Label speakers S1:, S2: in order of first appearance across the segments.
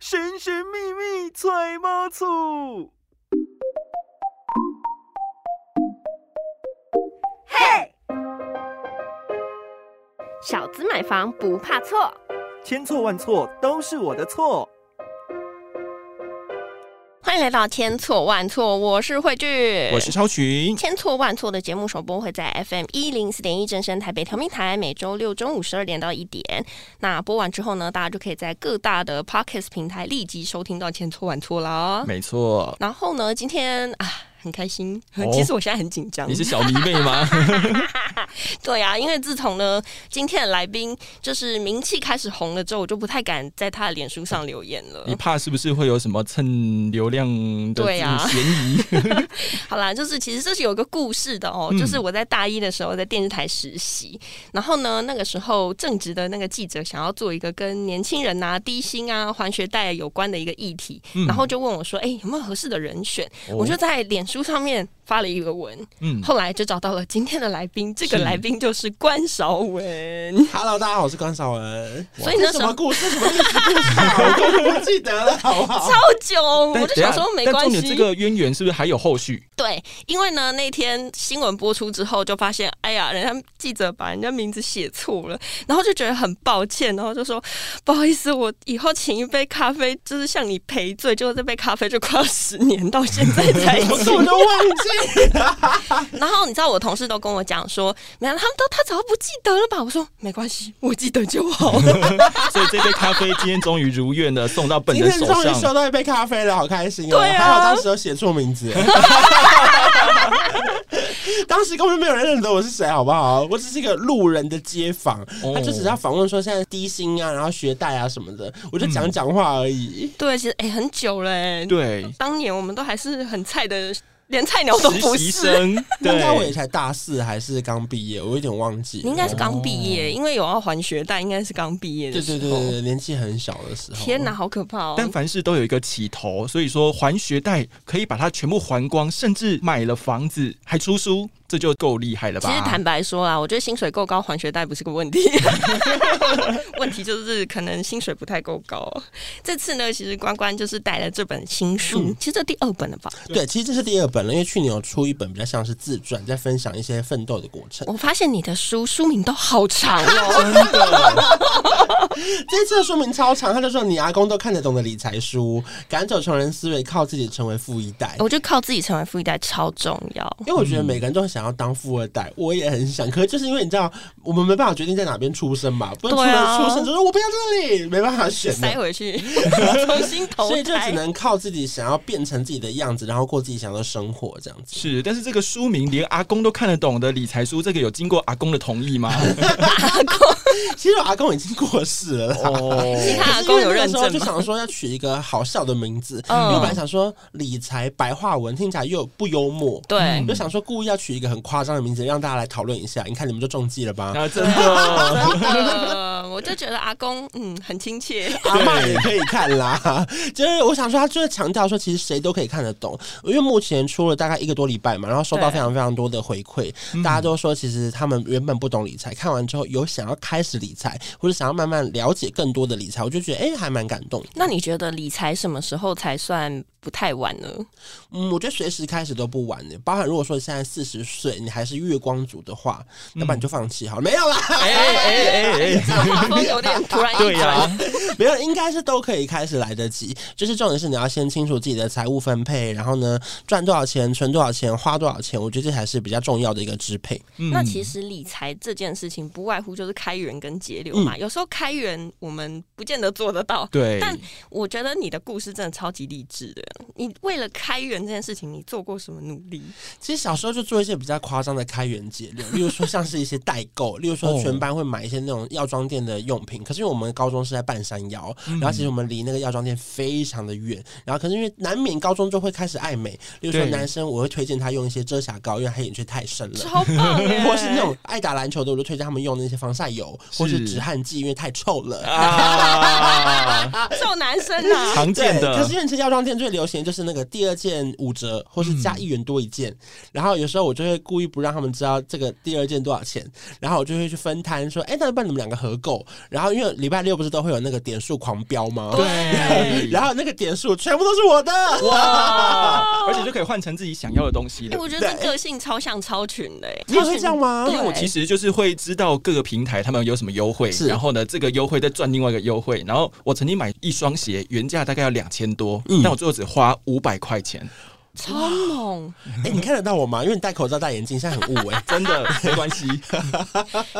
S1: 神神秘秘揣猫醋。
S2: 小资买房不怕错，
S1: 千错万错都是我的错。
S2: 欢迎来到千错万错，我是慧聚，
S3: 我是超群。
S2: 千错万错的节目首播会在 FM 一零四点一正声台北调频台，每周六中午十二点到一点。那播完之后呢，大家就可以在各大的 Podcast 平台立即收听到千错万错啦。
S3: 没错，
S2: 然后呢，今天啊很开心
S3: 哦，
S2: 其实我现在很紧张。
S3: 你是小迷妹 吗？
S2: 对啊，因为自从呢今天的来宾就是名气开始红了之后，我就不太敢在他的脸书上留言了。
S3: 你怕是不是会有什么蹭流量的
S2: 对啊
S3: 嫌疑？
S2: 好啦，就是其实这是有一个故事的哦，
S3: 嗯
S2: 就是我在大一的时候在电视台实习，然后呢，那个时候正职的那个记者想要做一个跟年轻人啊、低薪啊、还学贷有关的一个议题，
S3: 嗯
S2: 然后就问我说：“哎、有没有合适的人选？”
S3: 哦
S2: 我就在脸书上面发了一个文，
S3: 嗯
S2: 后来就找到了今天的来宾，这个
S3: 是
S2: 来宾就是关韶文。
S4: Hello，大家好，我是关少文。
S2: 所以那时
S4: 这什
S2: 候
S4: 么故事？什么历史故事 啊？我都不记得了，好不好？
S2: 好久，我就
S3: 但等一下
S2: 想说没
S3: 但
S2: 关
S3: 重
S2: 系
S3: 点，这个渊源是不是还有后续？
S2: 对，因为呢，那天新闻播出之后，就发现，哎呀，人家记者把人家名字写错了，然后就觉得很抱歉，然后就说不好意思，我以后请一杯咖啡，就是向你赔罪。结果这杯咖啡就快要十年，到现在才
S4: 我怎么
S2: 请。
S4: 都忘 记？
S2: 然后你知道，我同事都跟我讲说，没有，他们都他早不记得了吧？我说没关系，我记得就好。
S3: 所以这杯咖啡今天终于如愿的送到本
S4: 今
S3: 人
S4: 天
S3: 手
S4: 终于收
S3: 上。
S4: 到一杯咖啡了，好开心哦！
S2: 对啊
S4: 还好当时有写错名字， 当时根本没有人认得我是谁，好不好？我只是一个路人的街坊，
S3: 哦
S4: 他就只是要访问说现在低薪啊，然后学贷啊什么的，我就
S2: 嗯
S4: 讲讲话而已。
S2: 对，其实哎、很久了、哎，
S3: 对，
S2: 当年我们都还是很菜的，连菜鸟都不
S3: 实习
S2: 是。
S3: 生，
S4: 应该我也
S3: 对，
S4: 才大四还是刚毕业，我有点忘记了。
S2: 你应该是刚毕业，因为有要还学贷，应该是刚毕业的
S4: 对
S2: 时
S4: 对
S2: 候。
S4: 对对，对年纪很小的时候。
S2: 天哪，！好可怕哦！
S3: 但凡事都有一个起头，所以说还学贷可以把它全部还光，甚至买了房子还出书，这就够厉害了吧？
S2: 其实坦白说啊，我觉得薪水够高，还学贷不是个问 题，问题就是可能薪水不太够高。这次呢，其实关关就是带了这本新书，
S4: 嗯
S2: 其实这第二本了吧？
S4: 对，其实这是第二本了，因为去年有出一本比较像是自传，在分享一些奋斗的过程。
S2: 我发现你的书书名都好长哦，
S4: 这次的书名超长，他就说你阿公都看得懂的理财书，赶走穷人思维，靠自己成为富一代。
S2: 我觉得靠自己成为富一代超重要。
S4: 因为我觉得每个人都很想要当富二代，我也很想，可是就是因为你知道，我们没办法决定在哪边出生嘛，不能出
S2: 对啊
S4: 生出生就说我不要这里，没办法选
S2: 塞
S4: 的，
S2: 回去，重新投
S4: 所以就
S2: 胎
S4: 只。能靠自己想要变成自己的样子，然后过自己想要的生活这样子。
S3: 是，但是这个书名连阿公都看得懂的理财书，这个有经过阿公的 同意吗？
S4: 其实我阿公已经过世了啦。
S3: 哦，
S2: 其他的
S4: 可是因
S2: 工
S4: 为
S2: 有
S4: 那
S2: 认
S4: 个时候
S2: 证
S4: 就
S2: 吗？
S4: 想说要取一个好笑的名字，
S2: 嗯
S4: 因为我本来想说理财白话文听起来又不幽默，
S2: 对
S3: 嗯，
S4: 就想说故意要取一个很夸张的名字让大家来讨论一下。你看你们就中计了吧？
S3: 啊，真的，
S4: 嗯
S2: 呃，我就觉得阿公嗯很亲切。
S4: 阿嬷也可以看啦，就是我想说，他就是强调说，其实谁都可以看得懂，因为目前出了大概一个多礼拜嘛，然后收
S2: 对
S4: 到
S2: 嗯
S4: 非常非常多的回馈，大家都说其实他们原本不懂理财，看完之后有想要开始理财，或者想要慢慢了解更多的理财，我就觉得哎、还蛮感动的。
S2: 那你觉得理财什么时候才算不太晚呢？
S4: 嗯，我觉得随时开始都不晚的，包含如果说现在四十岁你还是月光族的话，那不然你就放弃好了，没有啦，
S3: 哎哎哎哎，
S2: 这画风有点突然一
S3: 对呀、
S2: 转。
S4: 没有，应该是都可以开始来得及。就是重点是你要先清楚自己的财务分配，然后呢，赚多少钱，存多少钱，花多少钱，我觉得这才是比较重要的一个支配。
S3: 嗯
S2: 那其实理财这件事情，不外乎就是开源跟节流嘛。有时候开源我们不见得做得到，
S3: 对，
S2: 但我觉得你的故事真的超级励志的。你为了开源这件事情，你做过什么努力？
S4: 其实小时候就做一些比较夸张的开源节流，例如说像是一些代购，例如说全班会买一些那种药妆店的用品。可是因为我们高中是在半山腰，然后其实我们离那个药妆店非常的远，然后可是因为难免高中就会开始爱美，例如说
S3: 对
S4: 男生我会推荐他用一些遮瑕膏，因为他眼圈太深了。
S2: 超棒耶！
S4: 或是那种爱打篮球的，我就推荐他们用那些防晒油，或是
S3: 是
S4: 止汗剂，因为太臭了。
S3: 啊，
S2: 臭男生啊，啊
S3: 常见
S4: 对，可
S3: 的
S4: 是因为这药妆店最流流行就是那个第二件五折，或是加一元多一件。
S3: 嗯
S4: 然后有时候我就会故意不让他们知道这个第二件多少钱，然后我就会去分摊说，哎，那不然你们两个合购。然后因为礼拜六不是都会有那个点数狂飙吗？
S3: 对，
S4: 然后那个点数全部都是我的，
S3: 哇，而且就可以换成自己想要的东西
S2: 哎，
S3: 了。
S2: 我觉得这个性超像超群的、欸，
S4: 你也会这样吗？
S2: 对
S3: 因为我其实就是会知道各个平台他们有什么优惠
S4: 是，
S3: 然后呢，这个优惠再赚另外一个优惠。然后我曾经买一双鞋，原价大概要两千多，
S4: 嗯
S3: 但我最后只花五百块钱，
S2: 超猛！
S4: 哎、你看得到我吗？因为你戴口罩、戴眼镜，现在很雾哎、
S3: 真的没关系。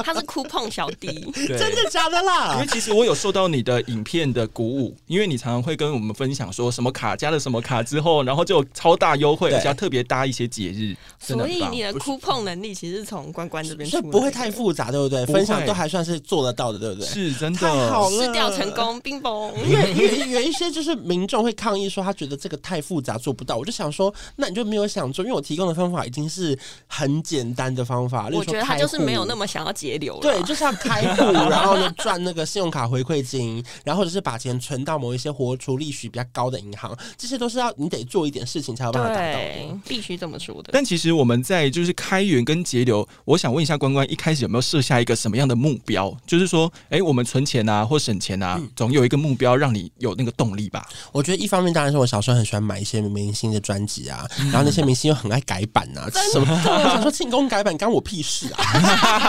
S2: 他是哭碰小弟，
S3: 对
S4: 真的假的
S3: 因为
S4: 啦？
S3: 其实我有受到你的影片的鼓舞，因为你常常会跟我们分享说什么卡加了什么卡之后，然后就有超大优惠，
S4: 对
S3: 而且要特别搭一些节日，真的
S2: 所
S3: 很
S2: 以
S3: 棒
S2: 你。的哭碰能力其实是从关关这边出
S4: 所以
S2: 来，
S4: 不会太复杂，对不对？
S3: 不会
S4: 分享都还算是做得到的，对不对？
S3: 是真的，
S4: 太好了，
S2: 失掉成。功，冰崩。
S4: 因 为因为因为有一些就是民众会抗议说，他觉得这个太复杂做不到。我就想说，那你就没有想做，因为我提供的方法已经是很简单的方法。例如
S2: 我
S4: 说
S2: 觉得他就是没有
S4: 开户
S2: 那么想要节流了。
S4: 对，就是要开户，然后呢赚那个信用卡回馈金，然后或者是把钱存到某一些活储利息比较高的银行，这些都是要你得做一点事情才有办法达到的。
S2: 对，必须这么说 的。
S3: 但其实我们在就是开源跟节流，我想问一下关关，一开始有没有设下一个什么样的目标？就是说，哎、我们存钱啊，或省钱啊，总有一个目标让你有那个动力吧？
S4: 我觉得一方面当然是我小时候很喜欢买一些明星的专辑啊，然后那些明星又很爱改版啊，什么我想说庆功改版干我屁事啊！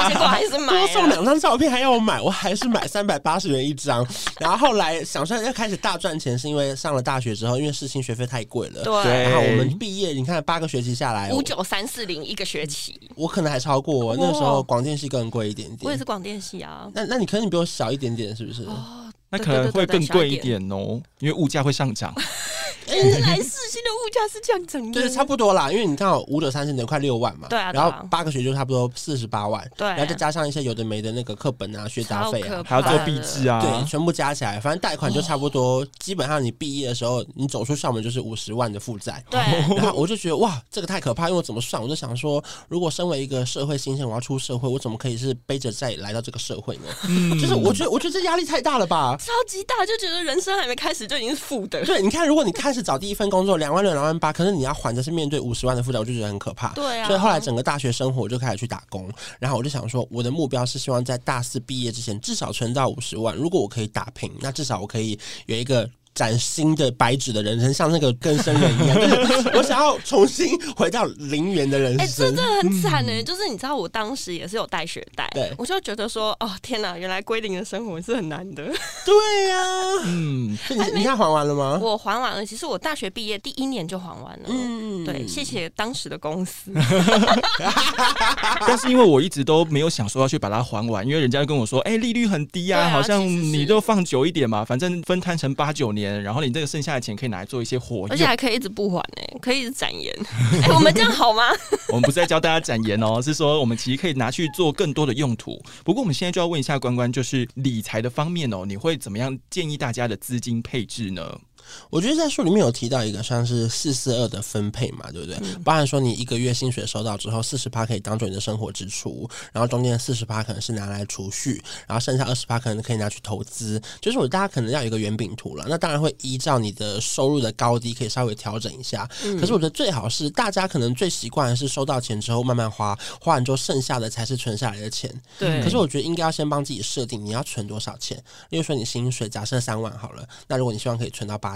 S2: 结果还是买啊
S4: 多送
S2: 了。
S4: 两张照片还要我买，我还是买三百八十元 一张。然后后来想说要开始大赚钱，是因为上了大学之后，因为世新学费太贵了。
S2: 对，
S4: 然后我们毕业，你看八个学期下来，
S2: 五
S4: 我
S2: 九三四零一个学期，
S4: 我可能还超过我那时候广电系更贵一点点。
S2: 我也是广电系啊。
S4: 那那你可能你比我小一点点，是不是？
S2: 哦，
S3: 那
S2: 对
S3: 可能会更贵一。
S2: 对对对对
S3: 点哦、因为物价会上涨。
S2: 小一点原来世新的物价是这样整的，
S4: 对，差不多啦，因为你看好五九三十等于快六万嘛，
S2: 对啊对
S4: 然
S2: 啊
S4: 后八个学就差不多四十八万，
S2: 对啊
S4: 然后再加上一些有的没的那个课本啊、学杂
S2: 超
S4: 费
S2: 可
S4: 啊，
S3: 还要
S2: 怕哦
S3: 做
S2: 的
S3: 壁纸啊，
S4: 对，全部加起来，反正贷款就差不多，基本上你毕业的时候，你走出校门就是五十万的负债。
S2: 对，
S4: 然后我就觉得哇，这个太可怕，因为我怎么算，我就想说，如果身为一个社会新鲜，我要出社会，我怎么可以是背着债来到这个社会呢？就是我觉得，我觉得这压力太大了吧。
S2: 超级大，就觉得人生还没开始就已经是负的。
S4: 对，你啊看，如果你开始找第一份工作，两万六、两万八，可是你要还的是面对五十万的负债，我就觉得很可怕。
S2: 对啊
S4: 所以后来整个大学生活，我就开始去打工，然后我就想说，我的目标是希望在大四毕业之前至少存到五十万。如果我可以打平，那至少我可以有一个。崭新的白纸的人生，像那个更生人 一样，就是我想要重新回到零元的人
S2: 哎、这
S4: 生。
S2: 真的很惨呢、欸就是你知道，我当时也是有带学贷
S4: 嗯对，
S2: 我就觉得说，哦天哪，原来归零的生活是很难的。
S4: 对呀、
S3: 嗯，
S4: 所以你你看还完了吗？
S2: 我还完了，其实我大学毕业第一年就还完了。
S4: 啊嗯
S2: 对，谢谢当时的公司。
S3: 但是因为我一直都没有想说要去把它还完，因为人家就跟我说，哎、利率很低啊，
S2: 对啊
S3: 好像
S2: 其实是
S3: 你就放久一点嘛，反正分摊成八九年，然后你这个剩下的钱可以拿来做一些活
S2: 而且
S3: 用。
S2: 还可以一直不还呢、可以一直展延。 哎、我们这样好吗？
S3: 我们不是在教大家展颜哦，是 说我们其实可以拿去做更多的用途。不过我们现在就要问一下关关，就是理财的方面哦，你会怎么样建议大家的资金配置呢？
S4: 我觉得在书里面有提到一个像是四四二的分配嘛，对不对？包含说你一个月薪水收到之后，四十趴可以当做你的生活支出，然后中间四十趴可能是拿来储蓄，然后剩下二十趴可能可以拿去投资。就是我大家可能要有一个圆饼图了，那当然会依照你的收入的高低可以稍微调整一下。可是我觉得最好是大家可能最习惯的是收到钱之后慢慢花，花完之后剩下的才是存下来的钱。
S2: 对
S4: 可是我觉得应该要先帮自己设定你要存多少钱。例如说你薪水假设三万好了，那如果你希望可以存到八千，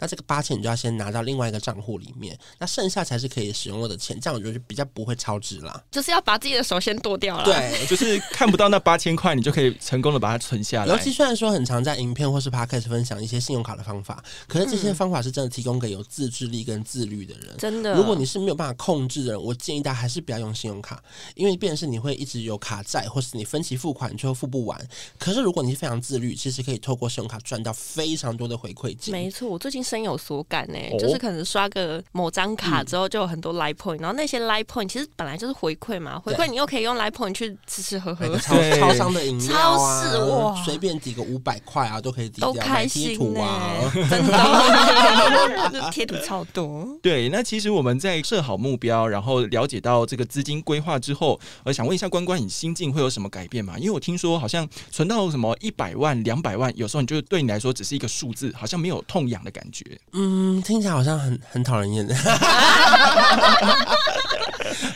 S4: 那这个八千你就要先拿到另外一个账户里面，那剩下才是可以使用的钱。这样我觉得比较不会超支啦。
S2: 就是要把自己的手先剁掉了。，
S4: 对。
S3: 就是看不到那八千块，你就可以成功的把它存下
S4: 尤
S3: 来。
S4: 其虽然说很常在影片或是 podcast 分享一些信用卡的方法，可是这些方法是真的提供给有自制力跟自律的人。
S2: 真的。
S4: 如果你是没有办法控制的人，我建议大家还是不要用信用卡，因为变成是你会一直有卡债，或是你分期付款最后付不完。可是如果你是非常自律，其实可以透过信用卡赚到非常多的回馈金。
S2: 没错，我最近深有所感呢、
S3: 哦
S2: 就是可能刷个某张卡
S4: 嗯
S2: 之后，就有很多 line point，、然后那些 line point 其实本来就是回馈嘛，回馈你又可以用 line point 去吃吃喝
S4: 买
S2: 喝
S4: 个，哎超
S3: 对
S4: 超商的饮料啊，
S2: 超市哇
S4: 随便抵个五百块啊，都可以抵掉。
S2: 都开
S4: 买
S2: 心
S4: 贴
S2: 欸
S4: 图
S2: 呢、
S4: 啊，
S2: 真的， 就是贴图超多。
S3: 对，那其实我们在设好目标，然后了解到这个资金规划之后，呃，想问一下关关，你心境会有什么改变吗？因为我听说好像存到什么一百万、两百万，有时候你就对你来说只是一个数字，好像没有痛供养的感觉。
S4: 嗯，听起来好像很很讨人厌的。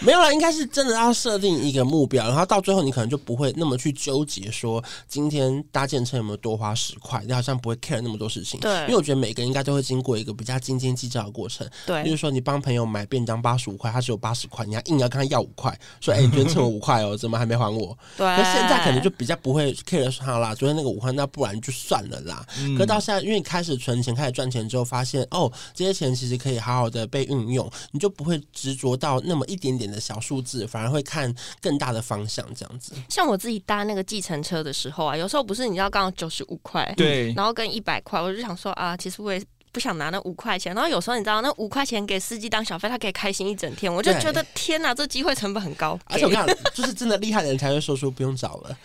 S4: 没有啦，应该是真的要设定一个目标，然后到最后你可能就不会那么去纠结说今天搭建车有没有多花十块，你好像不会 care 那么多事情。
S2: 对
S4: 因为我觉得每个人应该都会经过一个比较斤斤计较的过程。例如
S2: 对，
S4: 说，你帮朋友买便当八十五块，他只有八十块，你还硬要跟他要五块，说：“哎、你昨 天欠我五块哦，怎么还没还我？”
S2: 对。
S4: 可是现在可能就比较不会 care 说好啦，昨天那个五块，那不然就算了啦。
S3: 嗯
S4: 可到现在，因为你开始存钱、开始赚钱之后，发现哦，这些钱其实可以好好的被运用，你就不会执着到那么一点点的小数字，反而会看更大的方向这样子。
S2: 像我自己搭那个计程车的时候啊，有时候不是你知道刚好九十五块，
S3: 对
S2: 然后跟一百块，我就想说啊，其实我也。不想拿那五块钱，然后有时候你知道那五块钱给司机当小费，他可以开心一整天，我就
S4: 对
S2: 觉得天哪，这机会成本很高。
S4: 而且我看，就是真的厉害的人才会说出不用找了。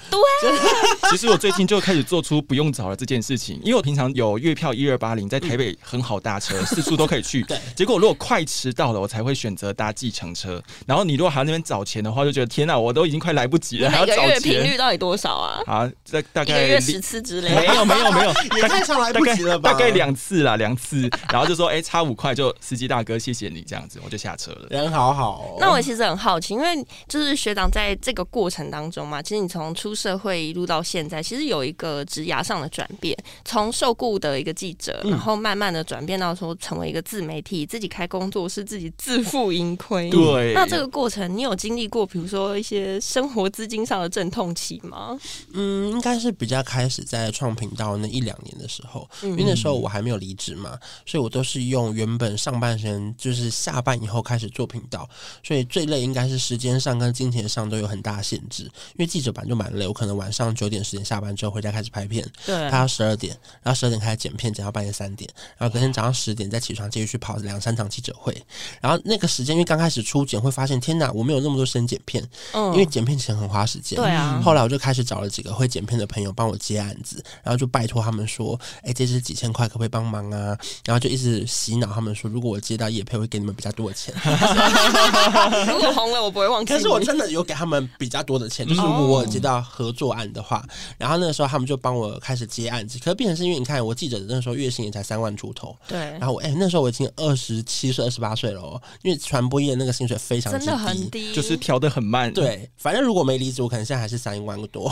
S3: 其实我最近就开始做出不用找了这件事情，因为我平常有月票一二八零，在台北很好搭车，四处都可以 去。
S4: 对，
S3: 结果如果快迟到了，我才会选择搭计程车。然后你如果还要那边找钱的话，就觉得天哪、我都已经快来不及了，还要
S2: 每个
S3: 找
S2: 月频
S3: 钱。
S2: 率到底多少啊？
S3: 啊，大大
S2: 一个
S3: 概
S2: 月
S3: 零
S2: 十次之类的。
S3: 没有没有没有，
S4: 也
S3: 大
S4: 太常来
S3: 大
S4: 不
S3: 概
S4: 及了吧？
S3: 大概两次啦，两次， 然后就说哎、差五块就司机大哥谢谢你这样子，我就下车了。
S4: 人好好哦、
S2: 那我其实很好奇，因为就是学长在这个过程当中嘛，其实你从出社会一路到现在，其实有一个职涯上的转变，从受雇的一个记者，
S4: 嗯
S2: 然后慢慢的转变到说成为一个自媒体，自己开工作室，自己自负盈亏。
S3: 对
S2: 那这个过程你有经历过，比如说一些生活资金上的阵痛期吗？
S4: 嗯，应该是比较开始在创频道那一两年的时候，嗯
S2: 嗯
S4: 因为那时候我还没有离职嘛，所以我都是用原本上半身，就是下班以后开始做频道，所以最累应该是时间上跟金钱上都有很大的限制。因为记者版就蛮累，我可能晚上九点十点下班之后回家开始拍片，
S2: 对
S4: 拍到十二点，然后十二点开始剪片，剪到半夜三点，然后隔天早上十点再起床继续去跑两三场记者会，然后那个时间因为刚开始初剪会发现，天哪，我没有那么多时间剪片，
S2: 嗯
S4: 因为剪片前很花时间，
S2: 对啊
S4: 后来我就开始找了几个会剪片的朋友帮我接案子，然后就拜托他们说，哎、这支几千块可不可以帮忙啊？然后就一直洗脑他们说，如果我接到业配，会给你们比较多的钱。
S2: 啊如果红了，我不会忘记你。
S4: 可是我真的有给他们比较多的钱，就是如果我有接到合作案的话，
S2: 嗯
S4: 然后那个时候他们就帮我开始接案子。可是变成是因为你看，我记者那时候月薪也才三万出头，
S2: 对
S4: 然。后我哎、那时候我已经二十七岁、二十八岁了、哦，因为传播业那个薪水非常之
S2: 真的很低，
S3: 就是调的很慢，，
S4: 对，反正如果没离职，我可能现在还是三万多。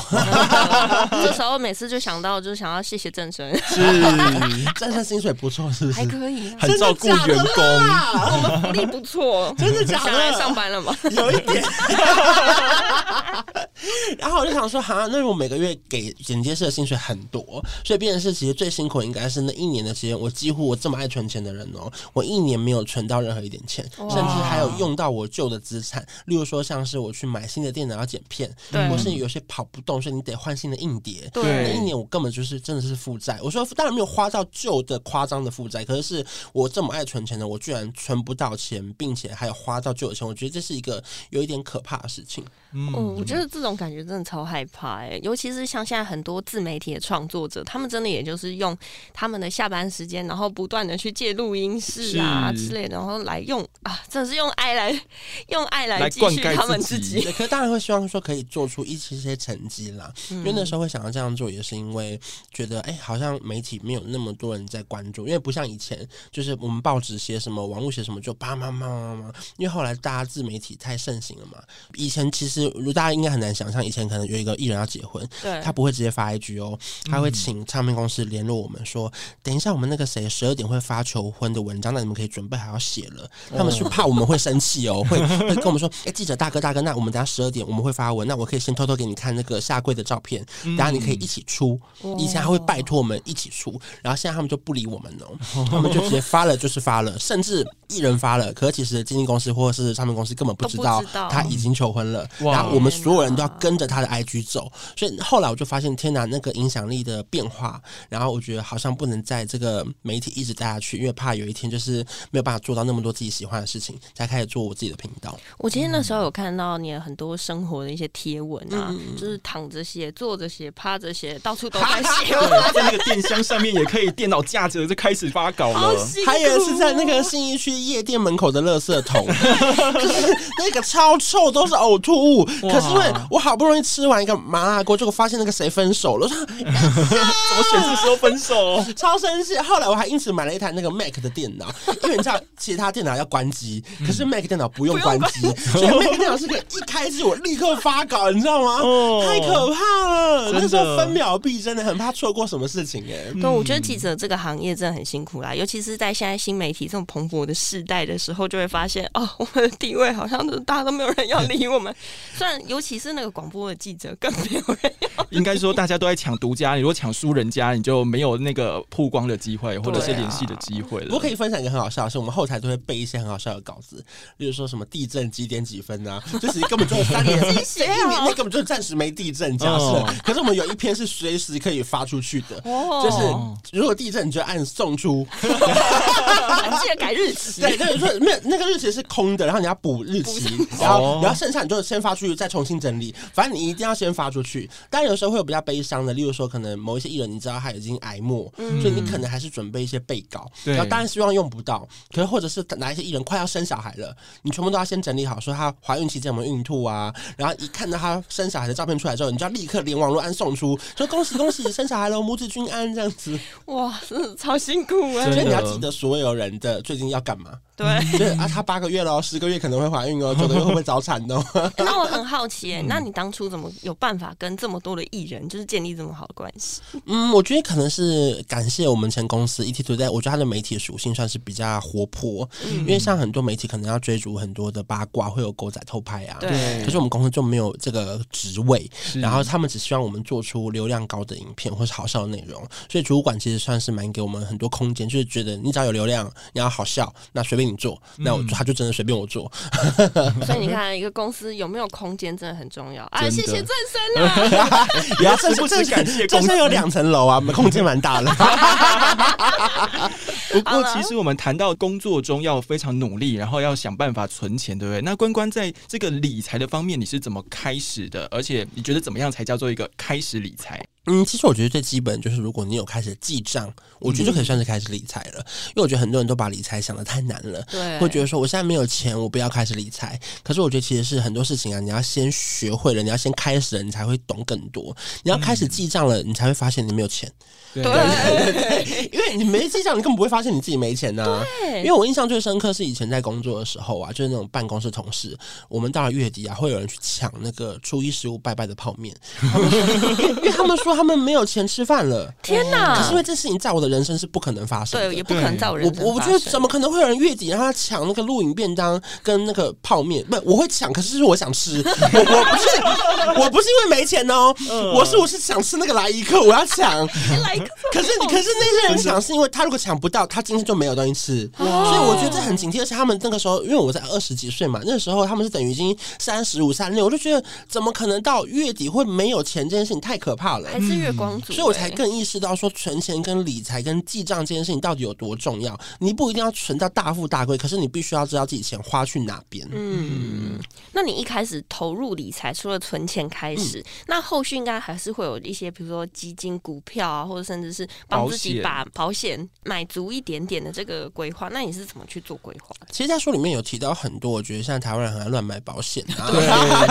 S2: 这时候每次就想到，就是想要谢谢郑生，
S4: 真的薪水不错，是不是
S2: 还？可以、啊，
S3: 很照顾员 工。
S2: 我们福利不错，
S4: 真的假的
S2: 想来上班了吗？
S4: 有一点。 然后我就想说，哈，那我每个月给剪接师的薪水很多，所以变成是其实最辛苦的应该是那一年的时间。我几乎我这么爱存钱的人哦，我一年没有存到任何一点钱，甚
S2: 哇
S4: 至还有用到我旧的资产，例如说像是我去买新的电脑要剪片，
S2: 对
S4: 或是有些跑不动，所以你得换新的硬碟。那
S2: 嗯
S3: 对
S4: 一年我根本就是真的是负债。我说当然没有花到旧的夸张的负债，可是是我这么爱存钱的，我居然存不到钱，并且还有花到旧的钱，我觉得这是一个有一点可怕的事情。哦
S2: 嗯，我觉得这种感觉真的超害怕哎、尤其是像现在很多自媒体的创作者，他们真的也就是用他们的下班时间，然后不断的去借录音室啊
S3: 是
S2: 之类的，然后来用啊，真的是用爱来 用爱来
S3: 来
S2: 继续
S3: 灌溉
S2: 他们
S3: 自
S2: 自
S3: 己
S2: 己。
S4: 对，可是当然会希望说可以做出一些些成绩啦，
S2: 嗯
S4: 因为那时候会想要这样做，也是因为觉得哎、好像媒体没有那么多人在关注，因为不像以前，就是我们报纸写什么，网络写什么就叭叭叭叭叭，因为后来大家自媒体太盛行了嘛。以前其实如大家应该很难想象，以前可能有一个艺人要结婚，
S2: 对，
S4: 他不会直接发 IG 哦，他会请唱片公司联络我们说，等一下我们那个谁十二点会发求婚的文章，那你们可以准备好要写了。他们是怕我们会生气哦，会 会跟我们说，哎、记者大哥大哥，那我们等下十二点我们会发文，那我可以先偷偷给你看那个下跪的照片，等下你可以一起出。以前还会拜托我们一起出，然后现在他们就不理我们哦，他们就直接发了就是发了，甚至艺人发了，可是其实经纪公司或是唱片公司根本不知
S2: 都
S4: 道
S2: 不知道
S4: 他已经求婚了，
S3: 哇
S4: 然后我们所有人都要
S2: 天哪
S4: 跟着他的 IG 走，所以后来我就发现，天哪，那个影响力的变化，然后我觉得好像不能在这个媒体一直待下去，因为怕有一天就是没有办法做到那么多自己喜欢的事情，才开始做我自己的频道。
S2: 我其实那时
S3: 嗯
S2: 候有看到你的很多生活的一些贴文啊，
S4: 嗯
S2: 就是躺着写、坐着写、趴着写，到处都在 写，
S4: 哦
S3: 对，他在那个电箱上面也可以，电脑架着就开始发稿
S2: 好
S3: 了。
S2: 辛苦。哦
S4: 还有是在那个信义区夜店 门口的垃圾桶，就是那个超臭，都是呕吐物。
S3: 哇
S4: 可是因为我好不容易吃完一个麻辣锅，结果发现那个谁分手了，我说
S3: 怎么选这时候分手？
S4: 超生气。后来我还因此买了一台那个 Mac 的电脑， 因为你知道其他电脑要关机，可 是 Mac 电脑不用关机，所以 Mac 电脑是可以一开机我立刻发稿，你知道吗？
S3: 哦
S4: 太可怕了！
S3: 真的
S4: 那时候分秒必争的，很怕错过什么事情哎、
S2: 对，我觉得记者这个行业真的很辛苦啦，尤其是在现在新媒体这种蓬勃的时代的时候，就会发现哦， 我们的地位好像都大家都没有人要理我们。虽然尤其是那个广播的记者，更没有人要。
S3: 应该说大家都在抢独家，你如果抢输人家，你就没有那个曝光的机会，或者是联系的机会
S4: 啊不
S3: 了
S4: 过可。以分享一个很好笑的是，我们后台都会背一些很好笑的稿子，例如说什么地震几点几分啊，这其实根本就有三年， 谁
S2: 啊
S4: 啊让 你那根本就暂时没地震假设
S3: 哦。
S4: 可是我们有一篇是随时可以发出去的，
S2: 哦
S4: 就是如果地震你就按送出，
S2: 记得改日 期。
S4: 对，对，就是没有那个日期是空的，然后你要补日期， 然
S3: 哦
S4: 后然后剩下你就先发出去，再重新整理。反正你一定要先发出去。当然有时候会有比较悲伤的，例如说可能某一些艺人你知道他已经癌末，所以你可能还是准备一些备稿，
S3: 嗯对
S4: 然后当然希望用不到。可是或者是哪一些艺人快要生小孩了，你全部都要先整理好，说她怀孕期间有没有孕吐啊，然后一看到她生小孩的照片出来之后，你就要立刻连网络按送出，说恭喜恭喜生小孩了，母子均安这样子。
S2: 哇，真的超辛苦啊！
S3: 真
S4: 所以
S3: 的
S4: 你要记得所有人的最近要干嘛。
S2: 对，
S4: 对啊，她八个月喽，十个月可能会怀孕 哦，九个月会不会早产哦？
S2: 那我很好奇耶，那你当初怎么有办法跟这么多的艺人就是建立这么好的关系？
S4: 嗯，我觉得可能是感谢我们前公司 ET Today，我觉得它的媒体属性算是比较活泼，因为像很多媒体可能要追逐很多的八卦，会有狗仔偷拍啊。
S2: 对
S4: 可是我们公司就没有这个职位，
S3: 是
S4: 然后他们只希望我们做出流量高的影片或是好笑的内容，所以主管其实算是蛮给我们很多空间，就是觉得你只要有流量，你要好笑，那随便你做，那我他就真的随便我 做，
S2: 所以你看，一个公司有没有空间真的很重要。哎，
S3: 真的
S2: 谢谢郑生啊！
S4: 也要
S3: 时不时感谢
S4: 这
S3: 公司
S4: 是有两层楼 啊，空间蛮大的。
S3: 不过，其实我们谈到工作中要非常努力，然后要想办法存钱，对不对？那关关在这个理财的方面，你是怎么开始的？而且你觉得怎么样才叫做一个开始理财？
S4: 嗯，其实我觉得最基本就是，如果你有开始记账，我觉得就可以算是开始理财了。因为我觉得很多人都把理财想的太难了，
S2: 对
S4: 会觉得说我现在没有钱，我不要开始理财。可是我觉得其实是很多事情啊，你要先学会了，你要先开始了，你才会懂更多。你要开始记账了，你才会发现你没有钱，
S3: 对
S4: 因为你没记账，你根本不会发现你自己没钱呐、因为我印象最深刻是以前在工作的时候啊，就是那种办公室同事，我们到了月底啊，会有人去抢那个初一十五拜拜的泡面，他们 因为他们说他们没有钱吃饭了。
S2: 天
S3: 嗯
S4: 可是因
S2: 哪！
S4: 为这事情在我的人生是不可能发生的。
S2: 嗯对，也不可能在我人生
S4: 我我觉得
S2: 发生
S4: 怎么可能会有人月底让他抢那个录影便当跟那个泡面？不，我会抢，可是是我想吃， 我我不是我不是因为没钱哦，我是我是想吃那个来一克，我要抢。
S2: 来一个
S4: 可是可是那些人抢是因为他如果抢不到，他今天就没有东西吃，所以我觉得这很警惕。而且他们那个时候，因为我才二十几岁嘛，那时候他们是等于已经三十五、三六，我就觉得怎么可能到月底会没有钱？这件事情太可怕了。
S2: 还是月光族欸，
S4: 嗯所以我才更意识到说，存钱跟理财跟记账这件事情到底有多重要。你不一定要存到大富大贵，可是你必须要知道自己钱花去哪边。
S2: 嗯，那你一开始投入理财，除了存钱开始，
S4: 嗯
S2: 那后续应该还是会有一些，比如说基金、股票啊，或者甚至是帮自己
S3: 保险
S2: 把保险买足一点点的这个规划。那你是怎么去做规划的？
S4: 其实，在书里面有提到很多，我觉得现在台湾人很爱乱买保险啊。
S3: 对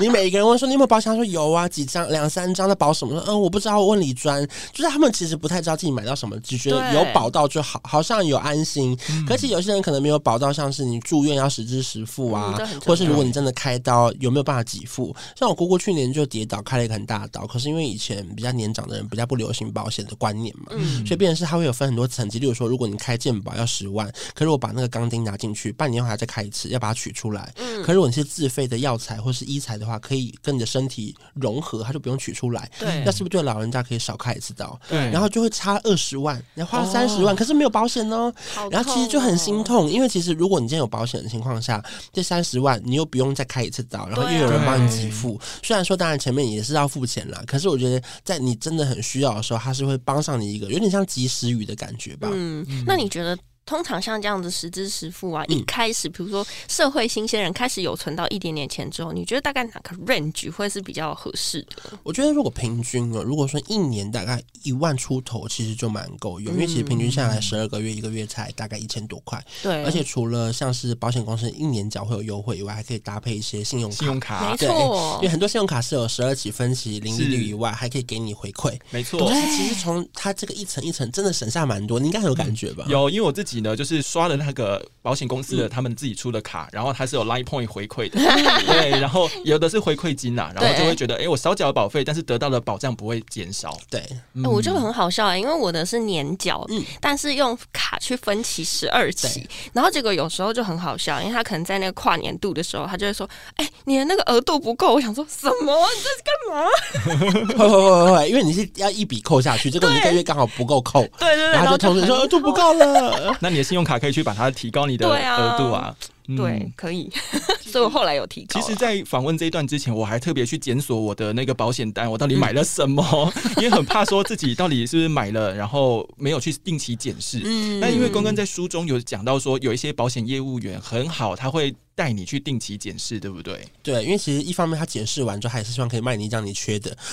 S4: 你每一个人问说你有没有保险，他说有啊，几张、两三张，那保什么？说嗯，我不知道，我问李专。就是他们其实不太知道自己买到什么，只觉得
S2: 对嗯
S4: 有保到就好，好像有安心。可是有些人可能没有保到，像是你住院要实支实付啊
S2: 嗯，这很重
S4: 或是如果你真的开刀，有没有办法给付？像我姑姑去年就跌倒，开了一个很大的刀，可是因为以前比较年长的人比较不流行保险的观念嘛，
S2: 嗯，
S4: 所以变成是它会有分很多层级，例如说，如果你开健保要十万，可是我把那个钢钉拿进去，半年后还再开一次，要把它取出来。
S2: 嗯
S4: 可是如果你是自费的药材或是医材的话，可以跟你的身体融合，它就不用取出来。
S2: 对
S4: 那是不是对老人家可以少开一次刀？
S3: 对
S4: 然后就会差二十万，你花了三十万，可是没有保险哦。
S2: 哦好
S4: 然后其实就很心
S2: 痛哦
S4: 痛，因为其实如果你今天有保险的情况下，这三十万你又不用再开一次刀，然后
S2: 对啊
S4: 又有人帮你给付。虽然说当然前面也是要付钱啦，可是我觉得在你真的很需要的时候，它是会帮上你一个有点像及时雨的感觉吧
S2: 哦。。嗯，那你觉得通常像这样子实支实付啊，
S4: 嗯
S2: 一开始比如说社会新鲜人开始有存到一点点钱之后，你觉得大概哪个 range 会是比较合适的？
S4: 我觉得如果平均哦，如果说一年大概一万出头，其实就蛮够用，因为其实平均下来十二个月，一个月才大概一千多块。
S2: 对，
S4: 而且除了像是保险公司一年缴会有优惠以外，还可以搭配一些信用卡
S3: 信。用
S2: 没
S3: 卡，
S4: 啊对
S2: 错哎
S4: 因为，很多信用卡是有十二期分期零利率
S3: 是
S4: 以外，还可以给你回馈。
S3: 没
S4: 我
S3: 错。
S4: 其实从它这个一层一层，真的省下蛮多，你应该很有感觉吧？
S3: 有，因为我自己呢，就是刷了那个保险公司
S2: 嗯
S3: 的他们自己出的卡，然后它是有 Line Point 回 馈的，对，然后有的是回馈金呐、然后就
S2: 对
S3: 会觉得，哎、我少缴了保费，但是得到的保障不会减少。嗯
S4: 对，
S2: 哎我就很好笑啊、因为我的是年缴，但是用卡去分期十二期
S4: 嗯对，
S2: 然后结果有时候就很好笑，因为他可能在那个跨年度的时候，他就会说：“哎、你的那个额度不够。”我想说什么？ 你在干嘛？
S4: 会会会会会，因为你是要一笔扣下去，结果你一个月刚好不够扣，
S2: 对对对，
S4: 然后就通知
S2: 很
S4: 说额度不够了。
S3: 那你的信用卡可以去把它提高你的
S2: 对啊
S3: 额度啊。嗯
S2: 对，可以， 所以我后来有提高
S3: 其
S2: 了。
S3: 实，在访问这一段之前，我还特别去检索我的那个保险单，我到底买了什么， 因为很怕说自己到底是不是买了，然后没有去定期检视。
S4: 嗯
S3: 那因为关关在书中有讲到说，有一些保险业务员很好，他会带你去定期检视，对不对？
S4: 对，因为其实一方面他解释完之后，他也是希望可以卖你一张你缺的，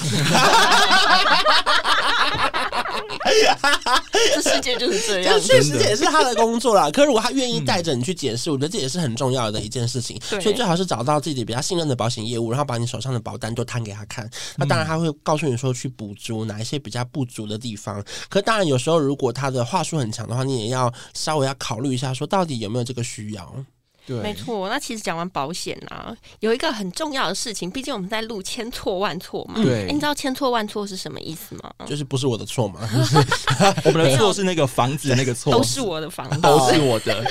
S2: 这世界就是 这
S4: 这
S2: 样。
S4: 确实这也是他的工作啦。可如果他愿意带着你去解释，我觉得这也是很重要的一件事情。
S2: 嗯对
S4: 所以最好是找到自己比较信任的保险业务，然后把你手上的保单都摊给他看。那当然
S2: 嗯
S4: 他会告诉你说去补足哪一些比较不足的地方。可当然有时候如果他的话术很强的话，你也要稍微要考虑一下，说到底有没有这个需要。
S3: 对
S2: 没错，那其实讲完保险啊，有一个很重要的事情，毕竟我们在录千错万错嘛。
S3: 对
S2: 哎你知道千错万错是什么意思吗？
S4: 就是不是我的错嘛？
S3: 我们的错是那个房子的那个错，
S2: 都是我的房 子，
S3: 都是我的。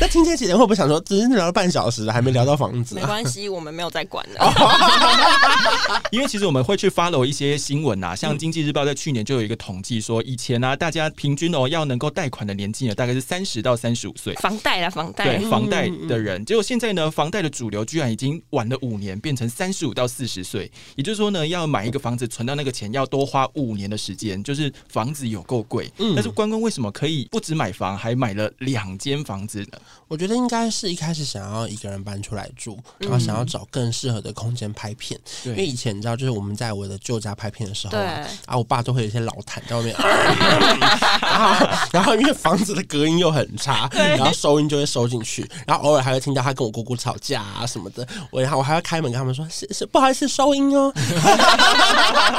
S4: 那听见姐姐会不会想说，只是聊了半小时了，还没聊到房子
S2: 没
S4: 啊？
S2: 关系，我们没有在管
S3: 哦
S2: 的。
S3: 因为其实我们会去 follow 一些新闻啊，像《经济日报》在去年就有一个统计说，以前啊，大家平均哦要能够贷款的年纪呢，大概是三十到三十五岁。
S2: 房贷啦，房贷
S3: 对。房贷
S2: 嗯
S3: 的人，结果现在呢，房贷的主流居然已经晚了五年，变成三十五到四十岁。也就是说呢，要买一个房子存到那个钱，要多花五年的时间，就是房子有够贵。
S2: 嗯
S3: 但是关公为什么可以不止买房，还买了两间房子 呢？
S4: 我觉得应该是一开始想要一个人搬出来住，然后想要找更适合的空间拍片。
S3: 对
S4: 因为以前你知道，就是我们在我的旧家拍片的时候啊，
S2: 对
S4: 啊，我爸都会有一些老痰在外面， 然后然后因为房子的隔音又很差，然后收音就会收进去，然后偶尔还会听到他跟我姑姑吵架啊什么的。我然后我还会开门跟他们说：“是是，不好意思，收音哦。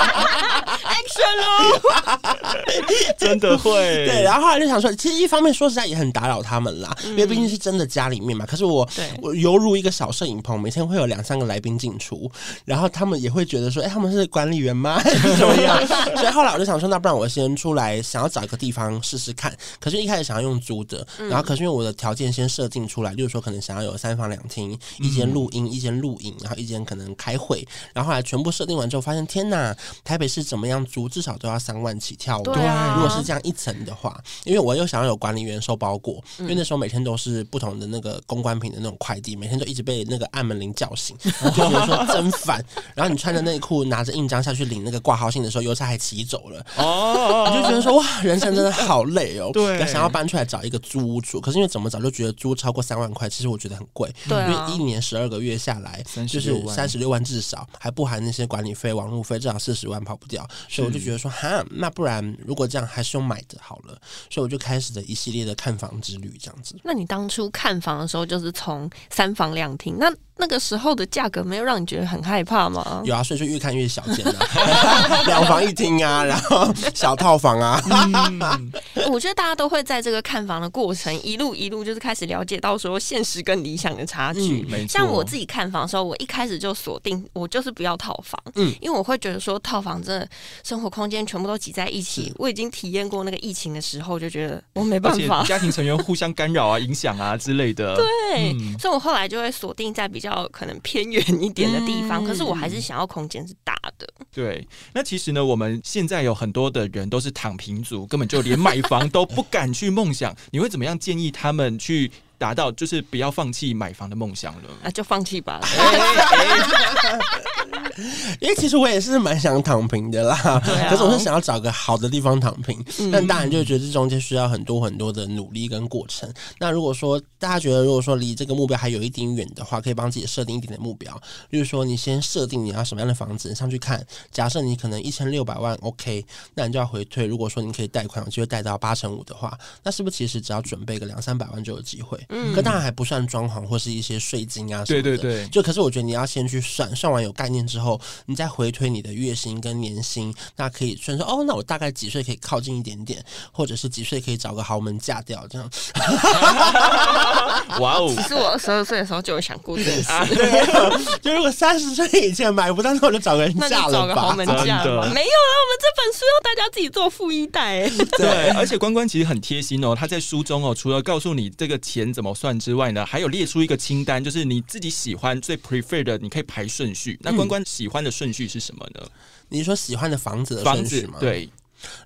S2: Action 喽！
S3: 真的会。
S4: 对，然后后来就想说，其实一方面说实在也很打扰他们啦，因为毕竟是真的家里面嘛。可是我
S2: 对
S4: 我犹如一个小摄影棚，每天会有两三个来宾进出，然后他们也会觉得说，哎、他们是管理员吗？ 还是怎么样？所以后来我就想说，那不然我先出来，想要找一个地方试试看。可是，一开始想要用租的，然后可是因为我的条件先设定出来，例如说可能想要有三房两厅，一间录音，一间录影，然后一间可能开会，然后后来全部设定完之后，发现天哪，台北市怎么样租至少都要三万起跳哦。
S2: 对啊
S4: 如果是这样一层的话，因为我又想要有管理员收包裹，因为那时候每天都是不同的那个公关品的那种快递，每天都一直被那个按门铃叫醒，我就觉得说真烦。然后你穿着内裤拿着印章下去领那个挂号信的时候，邮差还骑走了，
S3: 哦，
S4: 我就觉得说哇，人生真的好累哦。
S3: 对
S4: 想要搬出来找一个租屋住，可是因为怎么找就觉得租超过三万块，其实我觉得很贵，
S2: 对
S4: 因
S2: 啊
S4: 为一年十二个月下来
S3: 36
S4: 就是
S3: 万
S4: 三十六万至少，还不含那些管理费、网路费，至少四十万跑不掉。所以我就觉得说，哈，那不然如果这样，还是用买的好了。所以我就开始了一系列的看房之旅，这样子。
S2: 那你当初看房的时候，就是从三房两厅，那那个时候的价格没有让你觉得很害怕吗？
S4: 有啊，所以就越看越小间啊， 两房一厅啊，然后小套房啊，
S2: 我觉得大家都会在这个看房的过程，一路一路就是开始了解到说现实跟理想的差距。
S3: 嗯没错
S2: 像我自己看房的时候，我一开始就锁定我就是不要套房，
S4: 嗯
S2: 因为我会觉得说套房真的生活空间全部都挤在一起，我已经体验过那个疫情的时候，就觉得我没
S3: 而
S2: 办
S3: 且
S2: 法。
S3: 家庭成员互相干扰啊、影响啊之类的。
S2: 对，
S3: 嗯
S2: 所以我后来就会锁定在比较可能偏远一点的地方，
S4: 嗯
S2: 可是我还是想要空间是大的。
S3: 对，那其实呢，我们现在有很多的人都是躺平族，根本就连买房都不敢去梦想。你会怎么样建议他们去达到，
S2: 啊
S3: 就是不要放弃买房的梦想呢？
S2: 啊，就放弃吧。
S4: 因为其实我也是蛮想躺平的啦，
S2: 啊
S4: 可是我是想要找个好的地方躺平，
S3: 嗯
S2: 嗯
S4: 但当然就觉得这中间需要很多很多的努力跟过程。那如果说大家觉得如果说离这个目标还有一点远的话，可以帮自己设定一点的目标，例如说你先设定你要什么样的房子你上去看，假设你可能一千六百万 OK，那你就要回退。如果说你可以贷款，有机会贷到八成五的话，那是不是其实只要准备个两三百万就有机会？嗯，可当然还不算装潢或是一些税金啊什么
S3: 对
S4: 的。
S3: 对对，
S4: 就可是我觉得你要先去算，算完有概念之后，你再回推你的月薪跟年薪，那可以算说哦，那我大概几岁可以靠近一点点，或者是几岁可以找个豪门嫁掉这样。
S3: 哇哦，
S2: 其实我二十二岁的时候就有想过这件事，啊
S4: 对，就如果三十岁以前买不到，那我就找个人
S2: 那就
S4: 嫁
S2: 找
S4: 了
S2: 个豪
S4: 吧
S2: 门。
S3: 真
S2: 嫁吧。没有
S3: 的
S2: 啊，我们这本书要大家自己做富一代、哎
S3: 对，而且关关其实很贴心哦，他在书中哦，除了告诉你这个钱怎么算之外呢，还有列出一个清单，就是你自己喜欢最 prefer 的，你可以排顺序。那关关喜欢的顺序是什么
S2: 嗯
S3: 呢？
S4: 你是说喜欢的房子的
S3: 房
S4: 顺序
S3: 子
S4: 吗？。
S3: 对，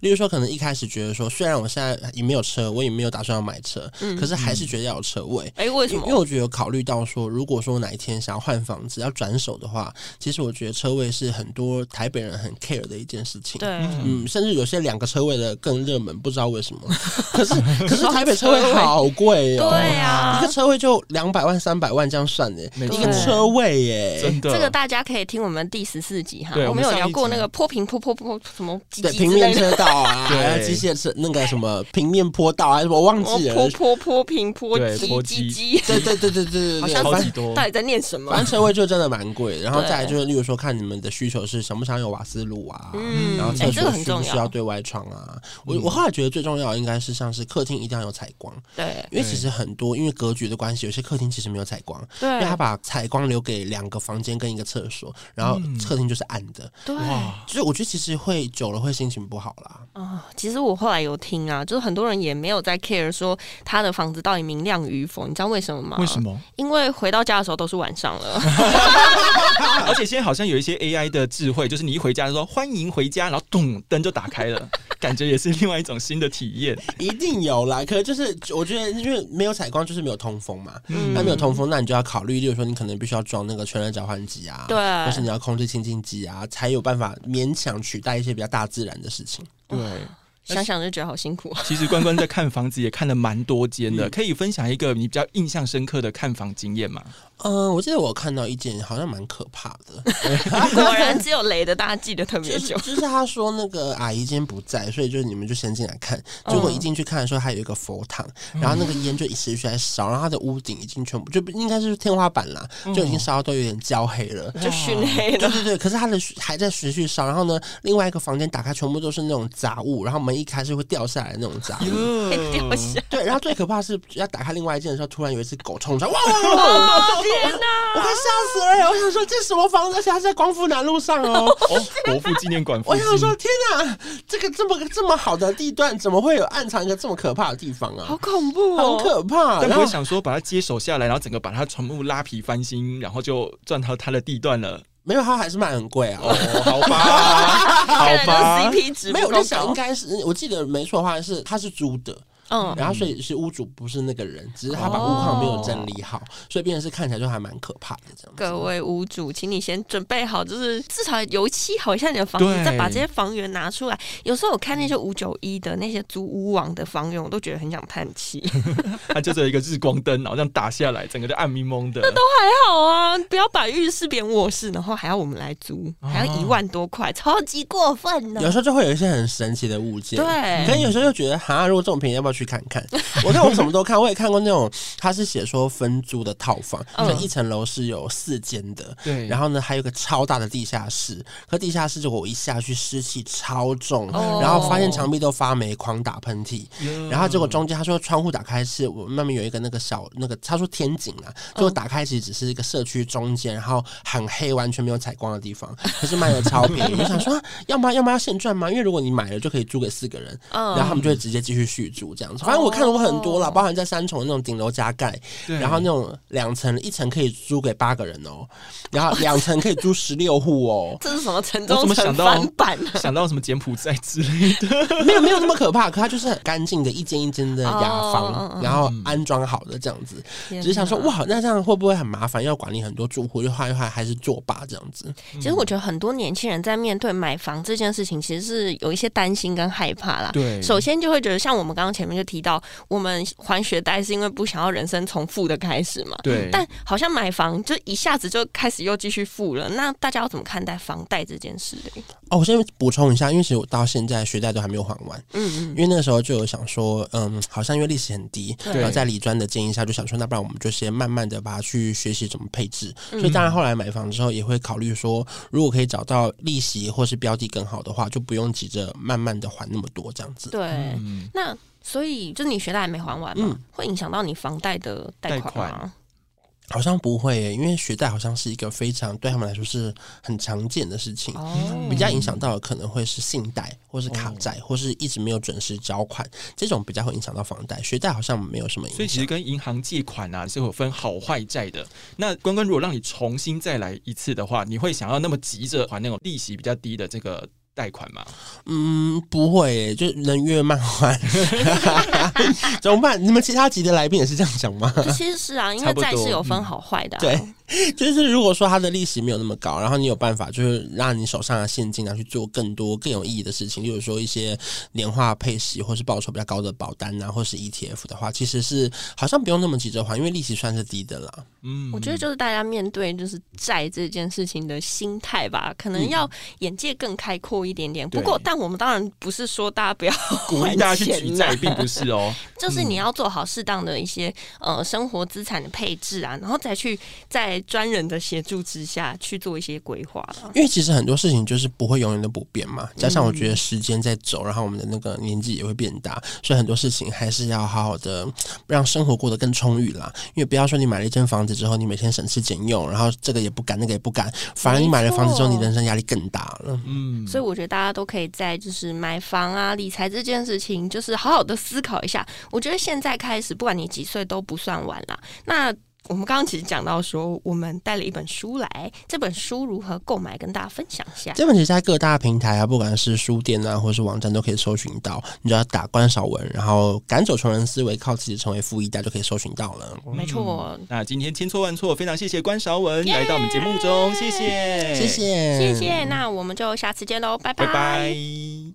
S4: 例如说，可能一开始觉得说，虽然我现在也没有车，我也没有打算要买车，可是
S3: 嗯
S4: 还是觉得要有车位。
S2: 哎、嗯为什
S4: 因
S2: 么
S4: 为？我觉得有考虑到说，如果说我哪一天想要换房子、要转手的话，其实我觉得车位是很多台北人很 care 的一件事情。
S2: 对，
S4: 嗯，甚至有些两个车位的更热门，不知道 为什么。可是可是台北车位好贵哦、
S2: 对啊
S4: 一个车位就两百万、三百万这样算的、
S3: 没
S4: 一
S3: 错
S4: 个车位耶、
S3: 真的，
S2: 哎这个大家可以听我们第十四集哈
S3: 对，
S2: 我们有
S3: 我们上
S2: 聊
S3: 一
S2: 过
S3: 集
S2: 那个坡平坡坡坡什么几
S4: 对
S2: 几
S4: 平
S2: 之类
S4: 面
S2: 的
S4: 车道啊，
S3: 对
S4: 还有机械车那个什么平面坡道啊还是什么，我忘
S2: 哦
S4: 记
S2: 坡
S4: 了。
S2: 坡坡平坡
S3: 对坡
S2: 鸡
S3: 鸡
S2: 鸡鸡，
S4: 对对对对对对对，
S2: 好像
S4: 反
S3: 超
S4: 正
S3: 级多
S2: 到，底在念什么
S4: 反？正车位就真的蛮贵的，然后
S2: 对
S4: 再来就是，例如说看你们的需求是想不想有瓦斯炉啊，
S2: 嗯
S4: 然后
S2: 哎
S4: 厕
S2: 这个
S4: 所
S2: 很
S4: 需不
S2: 重
S4: 需
S2: 要嗯
S4: 要对外窗啊？我我后来觉得最重要的应该是像是客厅一定要有采光，
S2: 对
S4: 因为其
S3: 对
S4: 实很多因为格局的关系，有些客厅其实没有采光，因为
S2: 对
S4: 他把采光留给两个房间跟一个厕所，然后客厅就是暗的，
S2: 对
S3: 哇，
S4: 就是我觉得其实会久了会心情不好啦。
S2: 啊！其实我后来有听啊，就是很多人也没有在 care 说他的房子到底明亮与否，你知道为什么吗？
S3: 为什？么？
S2: 因为回到家的时候都是晚上了。
S3: 而且现在好像有一些 AI 的智慧，就是你一回家就说欢迎回家，然后咚灯就打开了，感觉也是另外一种新的体验。
S4: 一定有啦，可就是我觉得，因为没有采光就是没有通风嘛。
S2: 嗯
S4: 那没有通风，那你就要考虑，例如说你可能必须要装那个全热交换机啊，
S2: 对
S4: 或是你要空气清净机啊，才有办法勉强取代一些比较大自然的事情。
S3: 对。
S2: 想想就觉得好辛 苦。啊
S3: 其实关关在看房子也看了蛮多间的，可以分享一个你比较印象深刻的看房经验吗？
S4: 嗯，我记得我看到一件好像蛮可怕的，
S2: 果然只有雷的，大家记得特别
S4: 就是
S2: 久。
S4: 就是他说那个阿姨今天不在，所以就你们就先进来看。
S2: 嗯
S4: 结果一进去看的时候，还有一个佛堂，然后那个烟就一直续在烧，然后它的屋顶已经全部就应该是天花板啦，就
S3: 嗯
S4: 已经烧到都有点焦黑了。
S2: 就熏黑
S4: 对
S2: 了，
S4: 对对，可是它的还在持续烧，然后呢，另外一个房间打开全部都是那种杂物，然后门一开是会掉下来的那种杂物。
S2: 被
S4: 嗯
S2: 掉 下。
S4: 对，然后最可怕的是要打开另外一件的时候，突然有一只狗冲出来，哇哇哇！
S2: 哦天哪！
S4: 我快吓死了！我想说这是什么房子，而且它是在光复南路上哦。
S3: 哦，国父纪念馆附
S4: 我
S3: 近。
S4: 想说，天哪，这个这么这么好的地段，怎么会有暗藏一个这么可怕的地方
S2: 好
S4: 啊？
S2: 恐怖
S4: 很
S2: 哦！
S4: 可怕。
S3: 但
S4: 然
S3: 不
S4: 后
S3: 会想说把它接手下来，然后整个把它全部拉皮翻新，然后就赚到它的地段了。
S4: 没有，它还是卖很贵啊。
S3: 哦， 好吧，好
S2: 看来
S3: 吧
S2: 就是，CP 值
S4: 没有，
S2: 不
S4: 我
S2: 够
S4: 在想应
S2: 高。
S4: 该是，我记得没错的话是它是租的，
S2: 嗯，
S4: 然后所以是屋主不是那个人，只是他把屋况没有整理好，所以变成是看起来就还蛮可怕的这样子。
S2: 各位屋主，请你先准备好，就是至少油漆好一下你的房子，
S3: 对
S2: 再把这些房源拿出来。有时候我看那些五九一的那些租屋网的房源，我都觉得很想叹 气。
S3: 它就只有一个日光灯，然后这样打下来，整个就暗迷蒙的。
S2: 还好啊，不要把浴室变卧室，然后还要我们来租，还要一万多块，超级过分呢
S4: 哦有。时候就会有一些很神奇的物件，
S2: 对
S4: 可能有时候又觉得，哈，如果这种便宜，要不要去看看？我看我什么都看，我也看过那种，它是写说分租的套房，
S2: 嗯
S4: 所以一层楼是有四间的，
S3: 对
S4: 然后呢，还有个超大的地下室，可地下室结果我一下去湿气超重，
S2: 哦嗯
S4: 然后发现墙壁都发霉，狂打喷嚏，
S3: 哟
S4: 然后结果中间他说窗户打开是我们那边有一个那个小那个他说天井啊，
S2: 哦
S4: 结果打开其实只是一个社区中间，然后很黑，完全没有采光的地方，可是卖的超 便宜。我想说，啊要么要么要现赚吗？因为如果你买了就可以租给四个人，
S2: 嗯，
S4: 然后他们就会直接继续续租这样子。反正我看了过很多啦，包含在三重那种顶楼加加盖，
S3: 对
S4: 然后那种两层，一层可以租给八个人哦，然后两层可以租十六户哦
S2: 这是什么城
S3: 我怎
S2: 中
S3: 么
S2: 城
S3: 想到
S2: 翻版啊？
S3: 想到什么柬埔寨之类的，
S4: 没有没有那么可怕，可它就是很干净的一间一间的雅
S2: 哦
S4: 房，然后安装好的这样子，只是想说
S2: 天哪
S4: 哇，那这样会不会很麻烦？要管理很多住户，就后来后来还是作罢这样子。
S2: 其实我觉得很多年轻人在面对买房这件事情，其实是有一些担心跟害怕啦。
S3: 对
S2: 首先就会觉得，像我们刚刚前面就提到，我们还学贷是因为不想要人生从负的开始嘛。
S3: 对，
S2: 嗯但好像买房就一下子就开始又继续付了，那大家要怎么看待房贷这件事嘞？
S4: 哦，我先补充一下，因为其实我到现在学贷都还没有还完，
S2: 嗯
S4: 因
S2: 嗯，
S4: 为那个时候就有想说，嗯，好像因为利息很低，
S2: 对
S4: 然后在理专的建议下，就想说，那不然我们就先慢慢的把它去学习怎么配置。所
S2: 嗯
S4: 以当然后来买房之后，也会考虑说，如果可以找到利息或是标的更好的话，就不用急着慢慢的还那么多这样子。
S2: 对。
S3: 嗯，
S2: 那所以就是你学贷还没还完
S4: 嗯
S2: 嘛，会影响到你房贷的贷款吗？
S4: 好像不会耶、因为学贷好像是一个非常对他们来说是很常见的事情。
S2: 哦
S3: 嗯
S4: 比较影响到的可能会是信贷，或是卡债，或是一直没有准时缴款，这种比较会影响到房贷。学贷好像没有什么影响。
S3: 所以其实跟银行借款啊是有分好坏债的。那关关如果让你重新再来一次的话，你会想要那么急着还那种利息比较低的这个贷款吗？
S4: 嗯，不会耶，就能越慢还。怎么办？你们其他级的来宾也是这样讲吗？
S2: 这其实是啊，因为
S3: 差不多
S2: 债是有分好坏的、啊
S4: 对，就是如果说它的利息没有那么高，然后你有办法，就是让你手上的现金拿啊去做更多更有意义的事情，例如说一些年化配息或是报酬比较高的保单啊，或是 ETF 的话，其实是好像不用那么急着还，因为利息算是低的啦。
S3: 嗯，
S2: 我觉得就是大家面对就是债这件事情的心态吧，可能要眼界更开阔一点点。不过
S3: 嗯对，
S2: 但我们当然不是说大家不要
S3: 鼓励大家去举
S2: 还
S3: 债，
S2: 钱啊
S3: 并不是哦。
S2: 就是你要做好适当的一些呃生活资产的配置啊，然后再去在专人的协助之下去做一些规划啦。
S4: 因为其实很多事情就是不会永远都不变嘛，加上我觉得时间在走，然后我们的那个年纪也会变大，所以很多事情还是要好好的让生活过得更充裕啦。因为不要说你买了一间房子之后，你每天省吃俭用，然后这个也不敢，那个也不敢，反而你买了房子之后，
S2: 没
S4: 你
S2: 错
S4: 人生压力更大了。
S3: 嗯，
S2: 所以我觉得大家都可以在就是买房啊、理财这件事情，就是好好的思考一下。我觉得现在开始，不管你几岁都不算晚啦。那我们刚刚其实讲到说，我们带了一本书来，这本书如何购买，跟大家分享一下。
S4: 这本其实在各大平台啊，不管是书店啊，或是网站都可以搜寻到。你只要打关少文，然后赶走穷人思维，靠自己成为富一代就可以搜寻到了。
S2: 没错，
S3: 嗯那今天千错万错，非常谢谢关韶文来到我们节目中，谢谢，
S4: 谢，谢，
S2: 谢谢。那我们就下次见喽，
S3: 嗯拜拜。